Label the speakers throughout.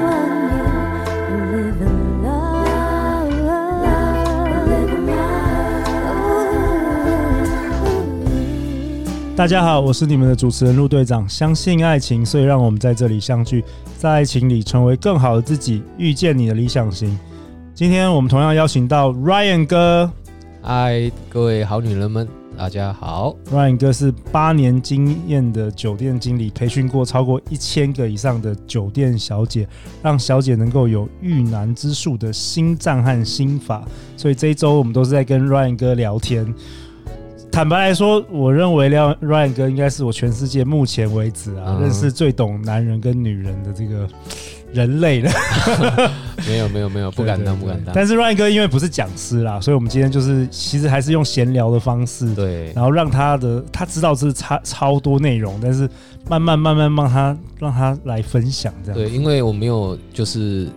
Speaker 1: want you, live in love, live in love.
Speaker 2: 大家好，我是你们的主持人陆队长。相信爱情，所以让我们在这里相聚，在爱情里成为更好的自己，遇见你的理想型。今天我们同样邀请到 Ryan 哥
Speaker 3: 嗨，各位好女人们，大家好。
Speaker 2: ，Ryan 哥是八年经验的酒店经理，培训过超过一千个以上的酒店小姐，让小姐能够有遇难之术的心战和心法。所以这一周我们都是在跟 Ryan 哥聊天。坦白来说，我认为 Ryan Ryan 哥应该是我全世界目前为止啊、
Speaker 3: 嗯
Speaker 2: 认识最懂男人跟女人的这个人类的。
Speaker 3: 没有没有 没有， 不敢当
Speaker 2: 对
Speaker 3: 不
Speaker 2: 对对
Speaker 3: 敢当。
Speaker 2: 但是 Ryan 哥因为不是讲师啦，所以我们今天就是其实还是用闲聊的方式，
Speaker 3: 对
Speaker 2: 然后让他的他知道这是超超多内容，但是慢慢慢慢让他让他来分享这样。
Speaker 3: 对，因为我没有就是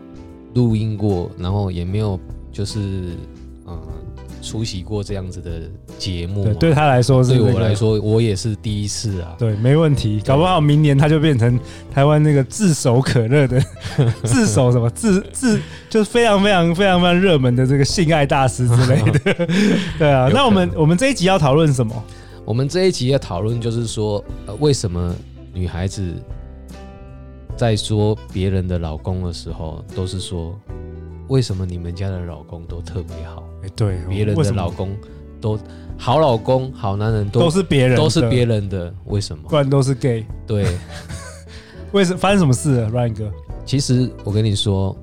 Speaker 3: 录音过，然后也没有就是嗯出席过这样子的节目嘛。
Speaker 2: 对，对他来说是、
Speaker 3: 对
Speaker 2: 那个
Speaker 3: 我来，说，我也是第一次啊。
Speaker 2: 对，没问题。搞不好明年他就变成台湾那个炙手可热 的炙手什么炙炙，就是非常非常非常非常热门的这个性爱大师之类的。 对啊，
Speaker 3: 有
Speaker 2: 那我们
Speaker 3: 可能
Speaker 2: 我们这一集要讨论什么？
Speaker 3: 我们这一集要讨论就是说，呃，为什么女孩子在说别人的老公的时候，都是说为什么你们家的老公都特别好？
Speaker 2: 哎，对，
Speaker 3: 别人
Speaker 2: 为
Speaker 3: 的
Speaker 2: 什么
Speaker 3: 老公都好老公、好男人都
Speaker 2: 都是别人，
Speaker 3: 都是别，人的，为什
Speaker 2: 不
Speaker 3: 么？
Speaker 2: 然都是 gay。
Speaker 3: 对，
Speaker 2: 为什发生什么事了，Ryan 哥？
Speaker 3: 其实我跟你说，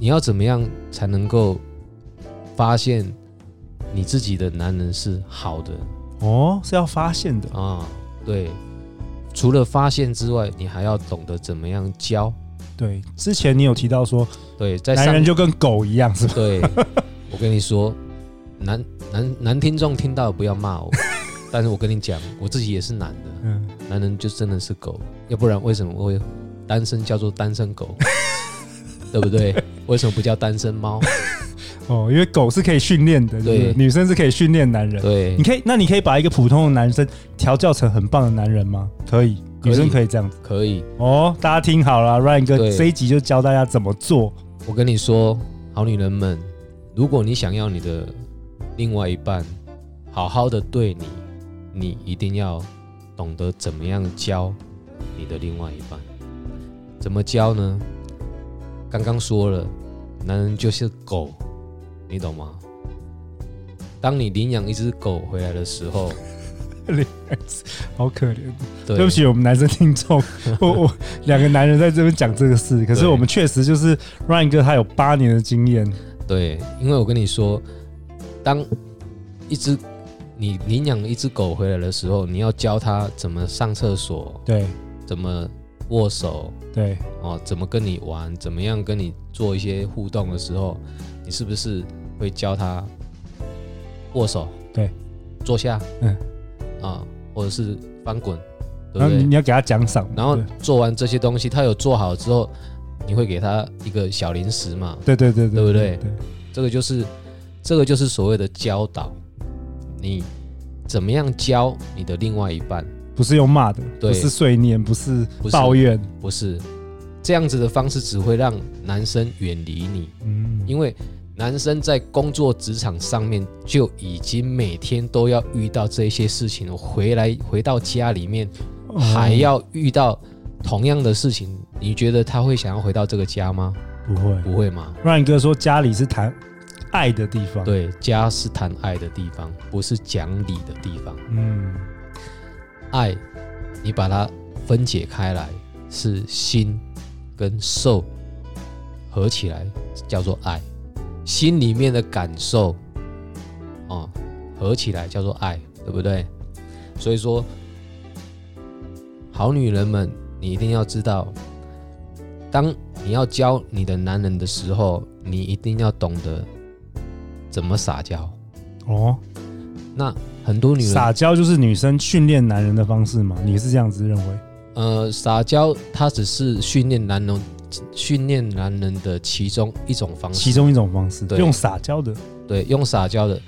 Speaker 3: 你要怎么样才能够发现你自己的男人是好的
Speaker 2: 哦，是要发现的。
Speaker 3: 啊？对，除了发现之外，你还要懂得怎么样教。
Speaker 2: 对，之前你有提到说，
Speaker 3: 对，在
Speaker 2: 男
Speaker 3: 上
Speaker 2: 人就跟狗一样，是吧？
Speaker 3: 对，我跟你说，男男男听众听到不要骂我，但是我跟你讲，我自己也是男的。
Speaker 2: 嗯，
Speaker 3: 男人就真的是狗，要不然为什么会单身叫做单身狗？ 对不对？为什么不叫单身猫？
Speaker 2: 哦，因为狗是可以训练的，对
Speaker 3: 对
Speaker 2: 不对，女生是可以训练男人。
Speaker 3: 对
Speaker 2: 你，可以，那你可以把一个普通的男生调教成很棒的男人吗？可以，
Speaker 3: 可以
Speaker 2: 女生可以这样子。
Speaker 3: 可以。
Speaker 2: 哦，大家听好了，Ryan 哥
Speaker 3: 对
Speaker 2: 这一集就教大家怎么做。
Speaker 3: 我跟你说，好女人们，如果你想要你的另外一半好好的对你，你一定要懂得怎么样教你的另外一半。怎么教呢？刚刚说了，男人就是狗，你懂吗？当你领养一只狗回来的时候，
Speaker 2: 好可怜，
Speaker 3: 对
Speaker 2: 对不起，我们男生听 众，我我两个男人在这边讲这个事，可是
Speaker 3: 对
Speaker 2: 我们确实就是 Ryan 哥他有八年的经验，
Speaker 3: 对，因为我跟你说，当一只你领养一只狗回来的时候，你要教它怎么上厕所，
Speaker 2: 对
Speaker 3: 怎么握手，
Speaker 2: 对，
Speaker 3: 哦，怎么跟你玩，怎么样跟你做一些互动的时候，你是不是会教它握手？
Speaker 2: 对，
Speaker 3: 坐下，
Speaker 2: 嗯，
Speaker 3: 啊，或者是翻滚，对
Speaker 2: 然后
Speaker 3: 不对？
Speaker 2: 你你要给他奖赏嘛，
Speaker 3: 然后
Speaker 2: 对
Speaker 3: 做完这些东西，它有做好之后，你会给它一个小零食嘛？
Speaker 2: 对对对
Speaker 3: 对不对
Speaker 2: 对，
Speaker 3: 这个就是这个就是所谓的教导，你怎么样教你的另外一半，
Speaker 2: 不是用骂的，
Speaker 3: 对
Speaker 2: 不是碎念，不是
Speaker 3: 不是
Speaker 2: 抱怨，
Speaker 3: 不是这样子的方式只会让男生远离你，
Speaker 2: 嗯，
Speaker 3: 因为男生在工作职场上面就已经每天都要遇到这些事情了，回来回到家里面
Speaker 2: 哦
Speaker 3: 还要遇到同样的事情，你觉得他会想要回到这个家吗？
Speaker 2: 哦不会。
Speaker 3: 不会吗？
Speaker 2: Ryan 哥说家里是谈爱的地方，，
Speaker 3: 对，家是谈爱的地方，不是讲理的地方。
Speaker 2: 嗯，
Speaker 3: 爱，你把它分解开来，是心跟受合起来叫做爱，心里面的感受哦，合起来叫做爱，对不对？所以说，好女人们，你一定要知道，当你要教你的男人的时候，你一定要懂得怎么撒娇。
Speaker 2: 哦，
Speaker 3: 那很多女人
Speaker 2: 撒娇就是女生训练男人的方式嘛？你是这样子认为？
Speaker 3: 呃，撒娇它只是训练男人训练男人的其中一种方式。
Speaker 2: 其中一种方式，
Speaker 3: 嗯对
Speaker 2: 用撒娇的，
Speaker 3: 对，用撒娇的，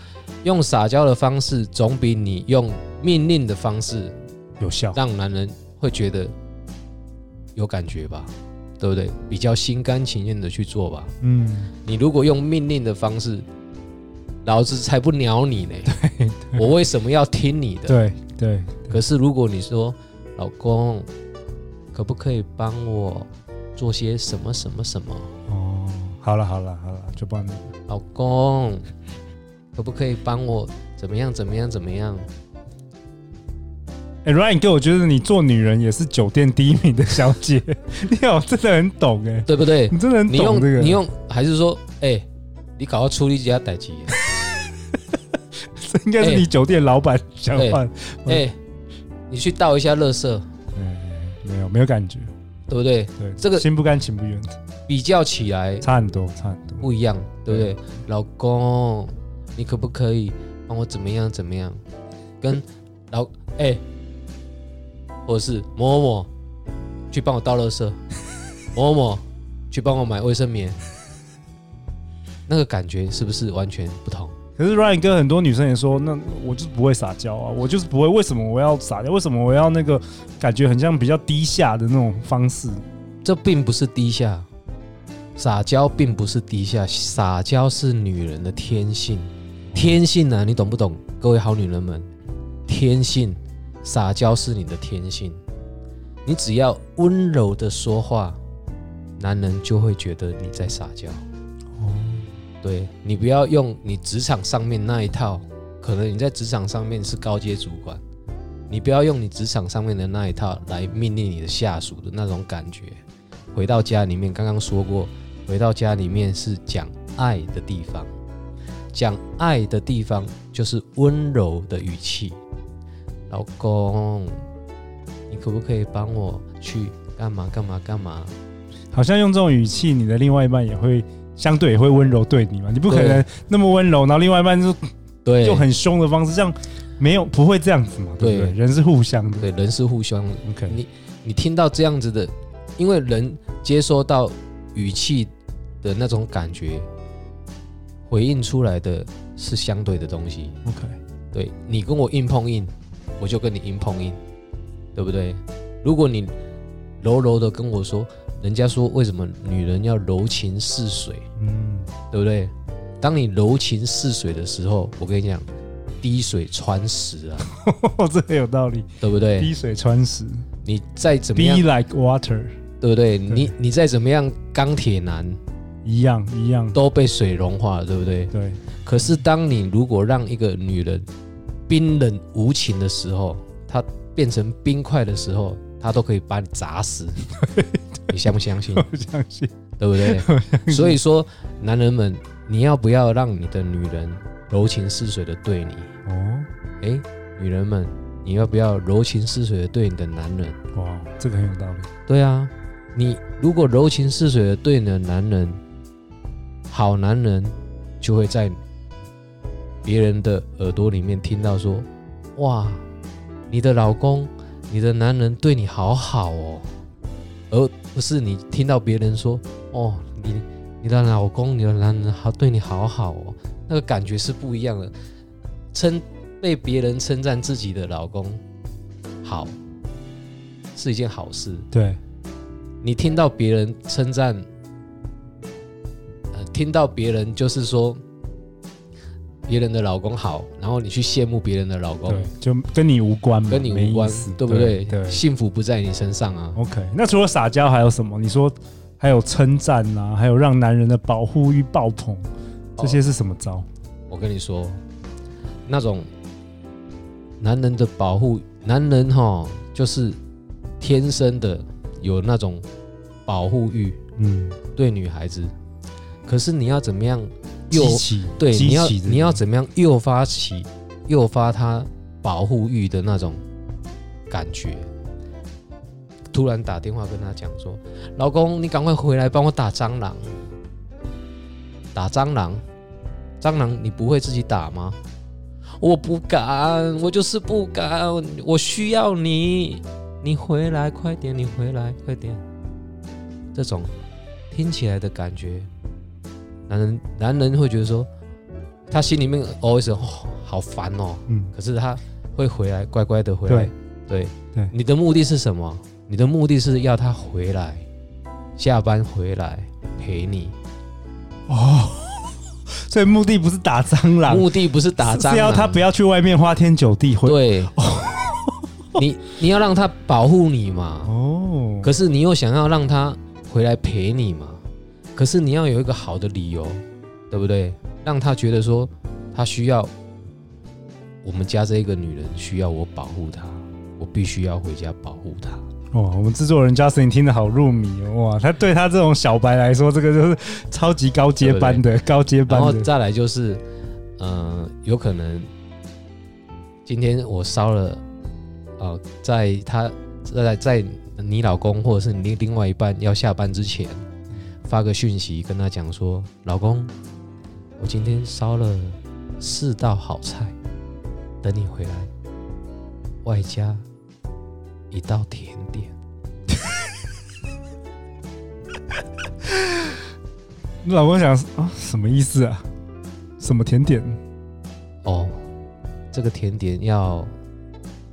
Speaker 3: 用撒娇的方式，总比你用命令的方式
Speaker 2: 有效。
Speaker 3: 让男人会觉得有感觉吧，对不对？比较心甘情愿的去做吧。
Speaker 2: 嗯，
Speaker 3: 你如果用命令的方式，老子才不鸟你 呢！我为什么要听你的？
Speaker 2: 对对，
Speaker 3: 可是如果你说，老公，可不可以帮我做些什么什么什么？
Speaker 2: 哦，好了好了好了，就帮你。
Speaker 3: 老公，可不可以帮我怎么样怎么样怎么样？
Speaker 2: 哎、r y a n 哥，我觉得你做女人也是酒店第一名的小姐， 你好，真的很懂哎、
Speaker 3: 对不对？
Speaker 2: 你真的很
Speaker 3: 你
Speaker 2: 懂
Speaker 3: 用
Speaker 2: 这个，
Speaker 3: 你用还是说，哎、你搞到处理家 代志？
Speaker 2: 这应该是你
Speaker 3: 哎
Speaker 2: 酒店老板想法。
Speaker 3: 哎、你去倒一下垃圾，
Speaker 2: 哎没有没有感觉，
Speaker 3: 对不对？
Speaker 2: 对，
Speaker 3: 这个
Speaker 2: 心不甘情不愿，
Speaker 3: 比较起来
Speaker 2: 差很多，差很多。
Speaker 3: 不一样，对不对？老公，你可不可以帮我怎么样怎么样？跟老哎、或者是某某某去帮我倒垃圾，某某某去帮我买卫生棉，那个感觉是不是完全不同？
Speaker 2: 可是 Ryan 哥，很多女生也说，那我就是不会撒娇啊，我就是不会，为什么我要撒娇？为什么我要那个感觉很像比较低下的那种方式？
Speaker 3: 这并不是低下，撒娇并不是低下，撒娇是女人的天性，天性啊，你懂不懂？各位好女人们，天性，撒娇是你的天性，你只要温柔的说话，男人就会觉得你在撒娇。
Speaker 2: 哦，
Speaker 3: 对你不要用你职场上面那一套，可能你在职场上面是高阶主管，你不要用你职场上面的那一套来命令你的下属的那种感觉。回到家里面，刚刚说过，回到家里面是讲爱的地方，讲爱的地方就是温柔的语气。老公，你可不可以帮我去干嘛干嘛干嘛？
Speaker 2: 好像用这种语气，你的另外一半也会相对也会温柔对你嘛，你不可能那么温柔，然后另外一半就
Speaker 3: 对，
Speaker 2: 就很凶的方式，这样没有不会这样子嘛，对不对？
Speaker 3: 对
Speaker 2: 人是互相的
Speaker 3: 对，人是互相
Speaker 2: ，OK，
Speaker 3: 你你听到这样子的，因为人接收到语气的那种感觉，回应出来的是相对的东西。
Speaker 2: OK，
Speaker 3: 对你跟我硬碰硬，我就跟你硬碰硬，对不对？如果你柔柔的跟我说，人家说为什么女人要柔情似水，
Speaker 2: 嗯，
Speaker 3: 对不对？当你柔情似水的时候，我跟你讲，滴水穿石啊，
Speaker 2: 这很有道理，
Speaker 3: 对不对？
Speaker 2: 滴水穿石
Speaker 3: 你再怎么
Speaker 2: ，be
Speaker 3: 样，
Speaker 2: like water，
Speaker 3: 对不对？你你再怎么样钢铁男，
Speaker 2: 一样一样，
Speaker 3: 都被水融化了，对不对？
Speaker 2: 对，
Speaker 3: 可是当你如果让一个女人冰冷无情的时候，她变成冰块的时候，她都可以把你砸死，你相不相 信？
Speaker 2: 我相信，
Speaker 3: 对不对？所以说，男人们，你要不要让你的女人柔情似水的对你？
Speaker 2: 哦，
Speaker 3: 诶，女人们，你要不要柔情似水的对你的男人？
Speaker 2: 哇，这个很有道理，
Speaker 3: 对啊，你如果柔情似水的对你的男人，好男人就会在别人的耳朵里面听到说：“哇，你的老公，你的男人对你好好哦。”而不是你听到别人说：“哦，你你的老公，你的男人好对你好好哦。”那个感觉是不一样的。称被别人称赞自己的老公好，是一件好事。
Speaker 2: 对，
Speaker 3: 你听到别人称赞，呃，听到别人就是说别人的老公好，然后你去羡慕别人的老公，
Speaker 2: 对，就跟你无关嘛，
Speaker 3: 哦跟你无
Speaker 2: 没意
Speaker 3: 关
Speaker 2: 思，
Speaker 3: 对不对？
Speaker 2: 对哦
Speaker 3: 幸福不在你身上啊。
Speaker 2: ，OK，那除了撒娇还有什么？你说还有称赞呐，还有让男人的保护欲爆棚，这些是什么招？
Speaker 3: 我跟你说，那种男人的保护，男人哈就是天生的有那种保护欲
Speaker 2: 嗯，
Speaker 3: 对女孩子，可是你要怎么样诱
Speaker 2: 激起，
Speaker 3: 对，
Speaker 2: 激
Speaker 3: 你要
Speaker 2: 起这
Speaker 3: 你要
Speaker 2: 种
Speaker 3: 怎么样诱发起诱发他保护欲的那种感觉？突然打电话跟他讲说：“老公，你赶快回来帮我打蟑螂，打蟑螂，蟑螂你不会自己打吗？”我不敢，我就是不敢，我需要你，你回来快点，你回来快点。这种听起来的感觉，男人男人会觉得说，他心里面 always 哦好烦哦，
Speaker 2: 嗯，
Speaker 3: 可是他会回来，乖乖的回来。对
Speaker 2: 对
Speaker 3: 你的目的是什么？你的目的是要他回来，下班回来陪你。
Speaker 2: 哦，所以目的不是打蟑螂，
Speaker 3: 目的不是打
Speaker 2: 是
Speaker 3: 蟑
Speaker 2: 是要
Speaker 3: 螂，
Speaker 2: 他不要去外面花天酒地。回
Speaker 3: 对，你你要让他保护你嘛。
Speaker 2: 哦，
Speaker 3: 可是你又想要让他回来陪你嘛？可是你要有一个好的理由，对不对？让他觉得说他需要我们家这个女人需要我保护她，我必须要回家保护她。
Speaker 2: 哇，我们制作人 Justin 听得好入迷哦哇，他对他这种小白来说，这个就是超级高阶班的高阶
Speaker 3: 然
Speaker 2: 班
Speaker 3: 后
Speaker 2: 的。
Speaker 3: 哦再来就是，呃，有可能今天我烧了，呃，在他在在你老公或者是你另另外一半要下班之前，发个讯息跟他讲说，老公，我今天烧了四道好菜，等你回来，外加一道甜点。
Speaker 2: 老公想啊，什么意思啊？什么甜点？
Speaker 3: 哦，这个甜点要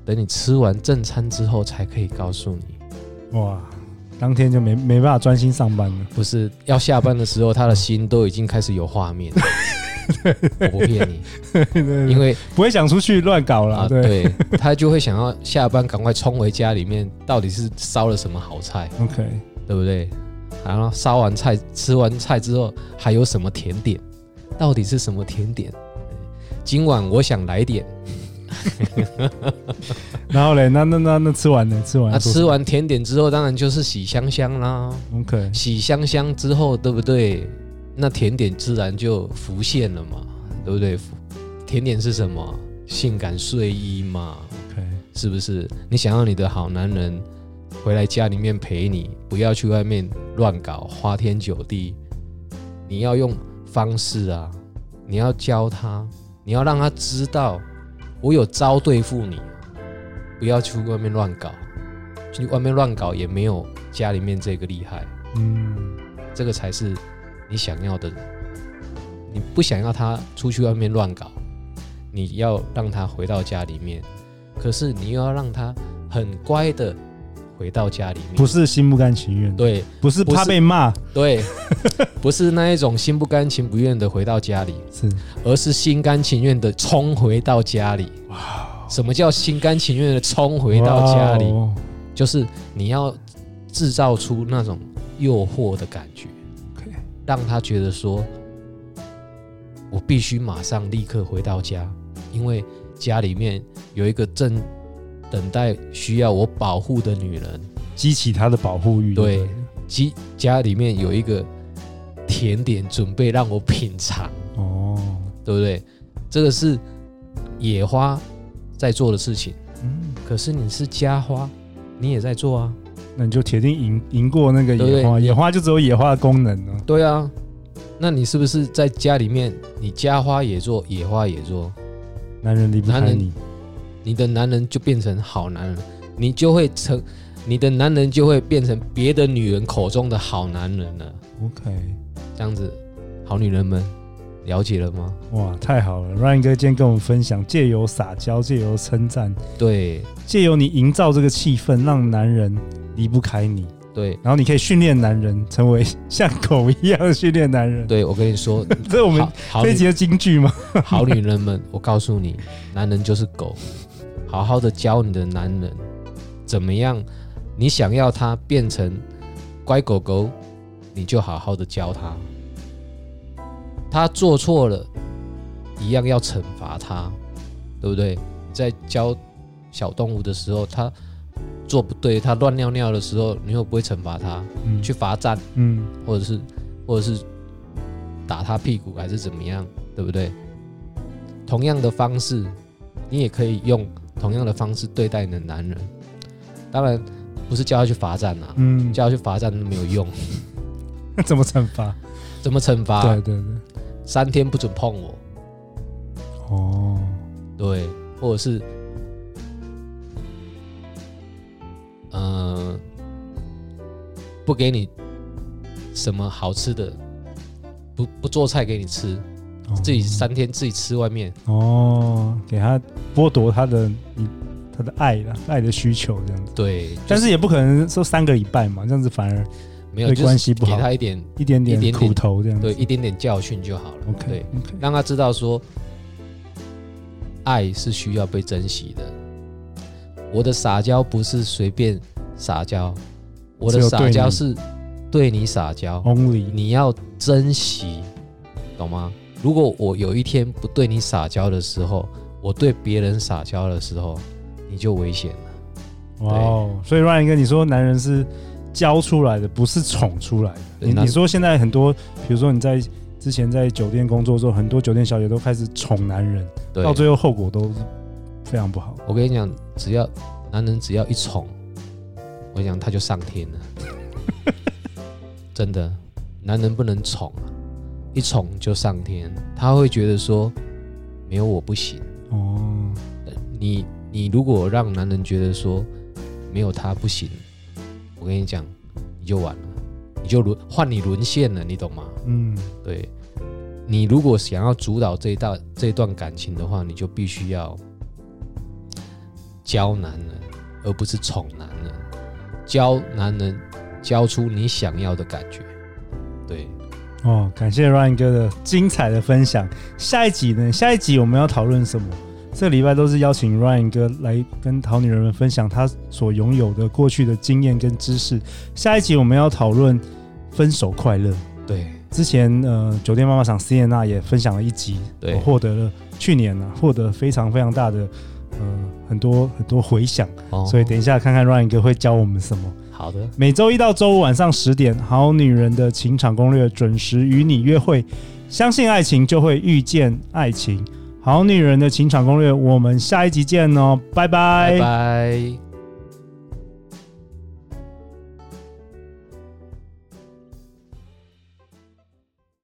Speaker 3: 等你吃完正餐之后才可以告诉你。
Speaker 2: 哇，当天就没没办法专心上班了。
Speaker 3: 不是要下班的时候，他的心都已经开始有画面 了。我不骗你，
Speaker 2: 对对对，
Speaker 3: 因为
Speaker 2: 不会想出去乱搞啦。
Speaker 3: 啊，
Speaker 2: 对
Speaker 3: 对他就会想要下班赶快冲回家里面，到底是烧了什么好菜，
Speaker 2: o k
Speaker 3: 对不对？然后烧完菜，吃完菜之后还有什么甜点？到底是什么甜点？今晚我想来点。
Speaker 2: 然后嘞，那那那那吃完呢？吃完
Speaker 3: 那、
Speaker 2: 了做什
Speaker 3: 啊吃
Speaker 2: 么
Speaker 3: 完甜点之后，当然就是喜香香啦。
Speaker 2: OK，
Speaker 3: 洗香香之后，对不对？那甜点自然就浮现了嘛，对不对？浮甜点是什么？性感睡衣嘛，
Speaker 2: OK，
Speaker 3: 是不是？你想要你的好男人回来家里面陪你，不要去外面乱搞花天酒地，你要用方式啊，你要教他，你要让他知道我有招对付你，不要去外面乱搞，去外面乱搞也没有家里面这个厉害。
Speaker 2: 嗯，
Speaker 3: 这个才是你想要的。你不想要他出去外面乱搞，你要让他回到家里面，可是你又要让他很乖的回到家里面。
Speaker 2: 不是心不甘情愿，，
Speaker 3: 对
Speaker 2: 不是
Speaker 3: 不是
Speaker 2: 怕被骂，
Speaker 3: 对， 不是那一种心不甘情不愿的回到家里，
Speaker 2: 是
Speaker 3: 而是心甘情愿的冲回到家里。什么叫心甘情愿的冲回到家里？
Speaker 2: 哇哦
Speaker 3: 就是你要制造出那种诱惑的感觉。
Speaker 2: ，OK，
Speaker 3: 让他觉得说，我必须马上立刻回到家，因为家里面有一个正等待需要我保护的女人，
Speaker 2: 激起他的保护欲，
Speaker 3: 对及家里面有一个甜点准备让我品尝，
Speaker 2: 哦，
Speaker 3: 对不对？这个是野花在做的事情，
Speaker 2: 嗯，
Speaker 3: 可是你是家花，你也在做啊。
Speaker 2: 那你就铁定赢赢过那个
Speaker 3: 对不
Speaker 2: 野
Speaker 3: 对
Speaker 2: 花，野花就只有野花的功能哦了。
Speaker 3: 对啊，那你是不是在家里面，你家花也做，野花也做？
Speaker 2: 男人离不
Speaker 3: 男
Speaker 2: 开
Speaker 3: 人
Speaker 2: 你，
Speaker 3: 你的男人就变成好男人，你就会成，你的男人就会变成别的女人口中的好男人了。
Speaker 2: OK，
Speaker 3: 这样子，好女人们了解了吗？
Speaker 2: 哇，太好了，Ryan 哥今天跟我们分享，借由撒娇，借由称赞，
Speaker 3: 对
Speaker 2: 借由你营造这个气氛，让男人离不开你，
Speaker 3: 对
Speaker 2: 然后你可以训练男人成为像狗一样的训练男人。
Speaker 3: 对，我跟你说，
Speaker 2: 这是我们
Speaker 3: 好好
Speaker 2: 这一集
Speaker 3: 女
Speaker 2: 的金句吗？
Speaker 3: 好女人们，我告诉你，男人就是狗，好好的教你的男人怎么样，你想要他变成乖狗狗，你就好好的教他。他做错了，一样要惩罚他，对不对？在教小动物的时候，他做不对，他乱尿尿的时候，你会不会惩罚他？
Speaker 2: 嗯
Speaker 3: 去罚站，
Speaker 2: 嗯，
Speaker 3: 或者是或者是打他屁股还是怎么样，对不对？同样的方式，你也可以用同样的方式对待你的男人。当然，不是叫他去罚站啊，
Speaker 2: 嗯，
Speaker 3: 叫他去罚站都没有用。
Speaker 2: 怎么惩罚？
Speaker 3: 怎么惩罚？
Speaker 2: 对对对，
Speaker 3: 三天不准碰我，
Speaker 2: 哦，
Speaker 3: 对，或者是，呃嗯、不给你什么好吃的，不不做菜给你吃，自己三天自己吃外面，
Speaker 2: 哦，给他剥夺他的你他的爱了，爱的需求这样子。
Speaker 3: 对，
Speaker 2: 但
Speaker 3: 就是
Speaker 2: 也不可能说三个礼拜嘛，这样子反而
Speaker 3: 没有
Speaker 2: 对
Speaker 3: 就是
Speaker 2: 关系不好
Speaker 3: 给他一点
Speaker 2: 一点
Speaker 3: 一
Speaker 2: 点
Speaker 3: 点点
Speaker 2: 苦头这样子。
Speaker 3: 对一点点教训就好了。
Speaker 2: OK
Speaker 3: 对，
Speaker 2: OK，
Speaker 3: 让他知道说，爱是需要被珍惜的。我的撒娇不是随便撒娇，我的
Speaker 2: 只有对
Speaker 3: 撒娇
Speaker 2: 你哦
Speaker 3: 是对你撒娇，
Speaker 2: ，Only
Speaker 3: 你要珍惜，懂吗？如果我有一天不对你撒娇的时候，我对别人撒娇的时候，你就危险了。
Speaker 2: 哇哦，所以 Ryan 跟你说，男人是教出来的，不是宠出来的。
Speaker 3: 对
Speaker 2: 你
Speaker 3: 那
Speaker 2: 你说现在很多，比如说你在之前在酒店工作的时候，很多酒店小姐都开始宠男人，
Speaker 3: 对，
Speaker 2: 到最后后果都非常不好。
Speaker 3: 我跟你讲，只要男人只要一宠，我跟你讲他就上天了。真的，男人不能宠啊，一宠就上天，他会觉得说没有我不行。
Speaker 2: 哦，
Speaker 3: 你你如果让男人觉得说没有他不行，我跟你讲，你就完了，你就沦换你沦陷了，你懂吗？
Speaker 2: 嗯，
Speaker 3: 对，你如果想要主导这一段这一段感情的话，你就必须要教男人，而不是宠男人。教男人，教出你想要的感觉。对，
Speaker 2: 哦，感谢 Ryan 哥的精彩的分享。下一集呢？下一集我们要讨论什么？这礼拜都是邀请 Ryan 哥来跟好女人们分享他所拥有的过去的经验跟知识。下一集我们要讨论分手快乐。
Speaker 3: 对，
Speaker 2: 之前呃，酒店妈妈赏 C N R 也分享了一集，
Speaker 3: 对
Speaker 2: 我获得了去年呢、获得非常非常大的呃很多很多回响。
Speaker 3: 哦
Speaker 2: 所以等一下看看 Ryan 哥会教我们什么。
Speaker 3: 好的，
Speaker 2: 每周一到周五晚上十点，《好女人的情场攻略》准时与你约会。相信爱情，就会遇见爱情。《好女人的情场攻略》，我们下一集见哦，拜拜
Speaker 3: 拜拜。